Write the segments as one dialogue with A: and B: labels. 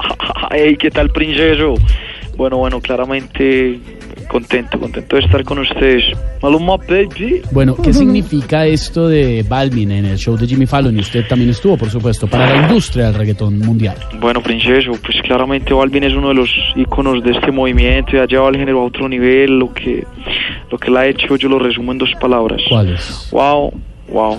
A: Hey, ¿qué tal, princeso? Bueno, bueno, claramente contento, contento de estar con ustedes. Maluma, baby.
B: Bueno, ¿qué significa esto de Balvin en el show de Jimmy Fallon? Y usted también estuvo, por supuesto, para la industria del reggaetón mundial.
A: Bueno, princeso, pues claramente Balvin es uno de los íconos de este movimiento y ha llevado al género a otro nivel. Lo que, lo que él ha hecho yo lo resumo en dos palabras.
B: ¿Cuál es?
A: Wow, wow.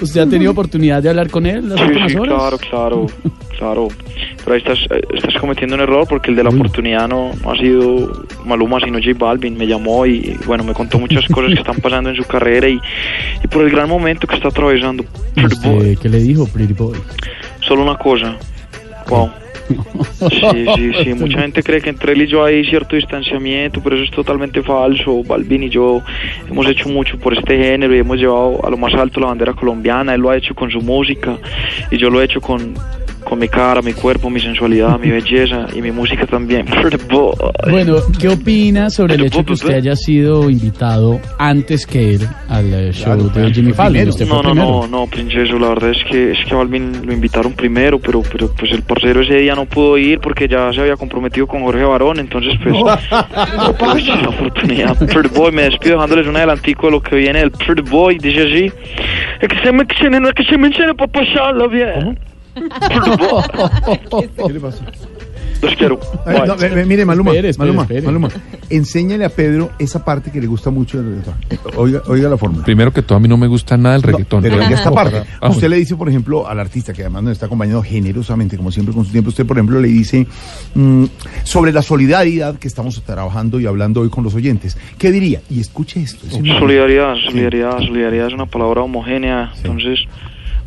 B: ¿Usted ha tenido oportunidad de hablar con él las
A: Sí,
B: últimas
A: sí,
B: horas?
A: claro, claro, claro. Pero ahí estás, eh, estás cometiendo un error porque el de la
B: Mm.
A: oportunidad no, no ha sido Maluma, sino J Balvin. Me llamó y, bueno, me contó muchas cosas que están pasando en su carrera y, y por el gran momento que está atravesando.
B: ¿Y usted qué le dijo, Pretty Boy?
A: Solo una cosa. Wow. Sí, sí, sí. Mucha gente cree que entre él y yo hay cierto distanciamiento, pero eso es totalmente falso. Balvin y yo hemos hecho mucho por este género y hemos llevado a lo más alto la bandera colombiana. Él lo ha hecho con su música y yo lo he hecho con, con mi cara, mi cuerpo, mi sensualidad, mi belleza y mi música también.
B: Bueno, ¿qué opina sobre el
A: Pero,
B: hecho que
A: ¿puedo
B: usted
A: usted?
B: haya sido invitado antes que él al eh, show de Jimmy Fallon? Usted fue
A: No, no,
B: primero.
A: no, no, princeso, la verdad es que es que a Balvin lo invitaron primero, pero pero pues el parcero ese día no pudo ir porque ya se había comprometido con Jorge Barón, entonces pues no aproveché la oportunidad. Pretty Boy, me despido dejándoles un adelantico de lo que viene del Pretty Boy, dice así. "Es que se me enchene, no es que se me enchene para pasarla bien.
C: ¿Qué le pasa?
A: Los quiero.
B: Eh,
C: Ay,
A: Bye.
C: no, ve- ve- mire, Maluma,
B: Espere, espere,
C: Maluma,
B: espere.
C: Maluma, enséñale a Pedro esa parte que le gusta mucho del reggaetón. Oiga, oiga la fórmula.
D: Primero que todo, a mí no me gusta nada el reggaetón.
C: Pero oiga esta parte.
D: Ah,
C: Usted le dice, por ejemplo, al artista, que además nos está acompañando generosamente, como siempre, con su tiempo, usted, por ejemplo, le dice mm, sobre la solidaridad que estamos trabajando y hablando hoy con los oyentes. ¿Qué diría? Y escuche esto. es una-
A: Solidaridad, solidaridad, solidaridad es una palabra homogénea, entonces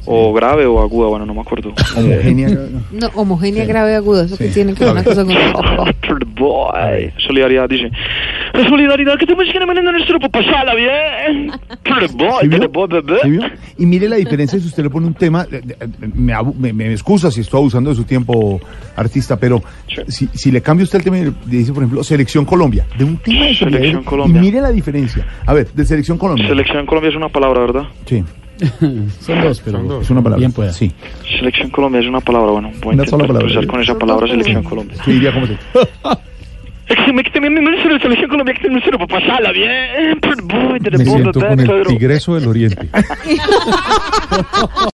A: o grave o aguda, bueno, no me acuerdo.
C: Homogénea.
E: No, homogénea, grave, aguda. Eso que tiene que ver una cosa con otra.
A: Third boy. Solidaridad, dice. La solidaridad que tenemos que tener en nuestro papá sala, bien. Third boy,
C: ¿Sí vio?
A: third boy,
C: ¿Sí
A: bebé.
C: vio? Y mire la diferencia si usted le pone un tema, eh, eh, me, abu- me- me excusa si estoy abusando de su tiempo artista, pero si, si le cambia usted el tema y le dice, por ejemplo, Selección Colombia, de un tema de
A: Selección
C: solidaridad,
A: Colombia.
C: Y mire la diferencia. A ver, de Selección Colombia.
A: Selección Colombia es una palabra, ¿verdad?
C: sí,
B: Son dos, pero
C: es una palabra.
B: bien pueda.
C: Sí.
A: Selección Colombia es una palabra, bueno, voy a
C: Una sola
A: intentar
C: palabra.
A: cruzar con esa palabra Selección Colombia.
C: ¿Qué diría cómo se?
A: Exime que también me menciona Selección Colombia que tiene nuestro papá sala, bien. Third boy,
D: Me
A: third boy,
D: siento con
A: bebé,
D: el
A: Pedro.
D: tigreso del oriente.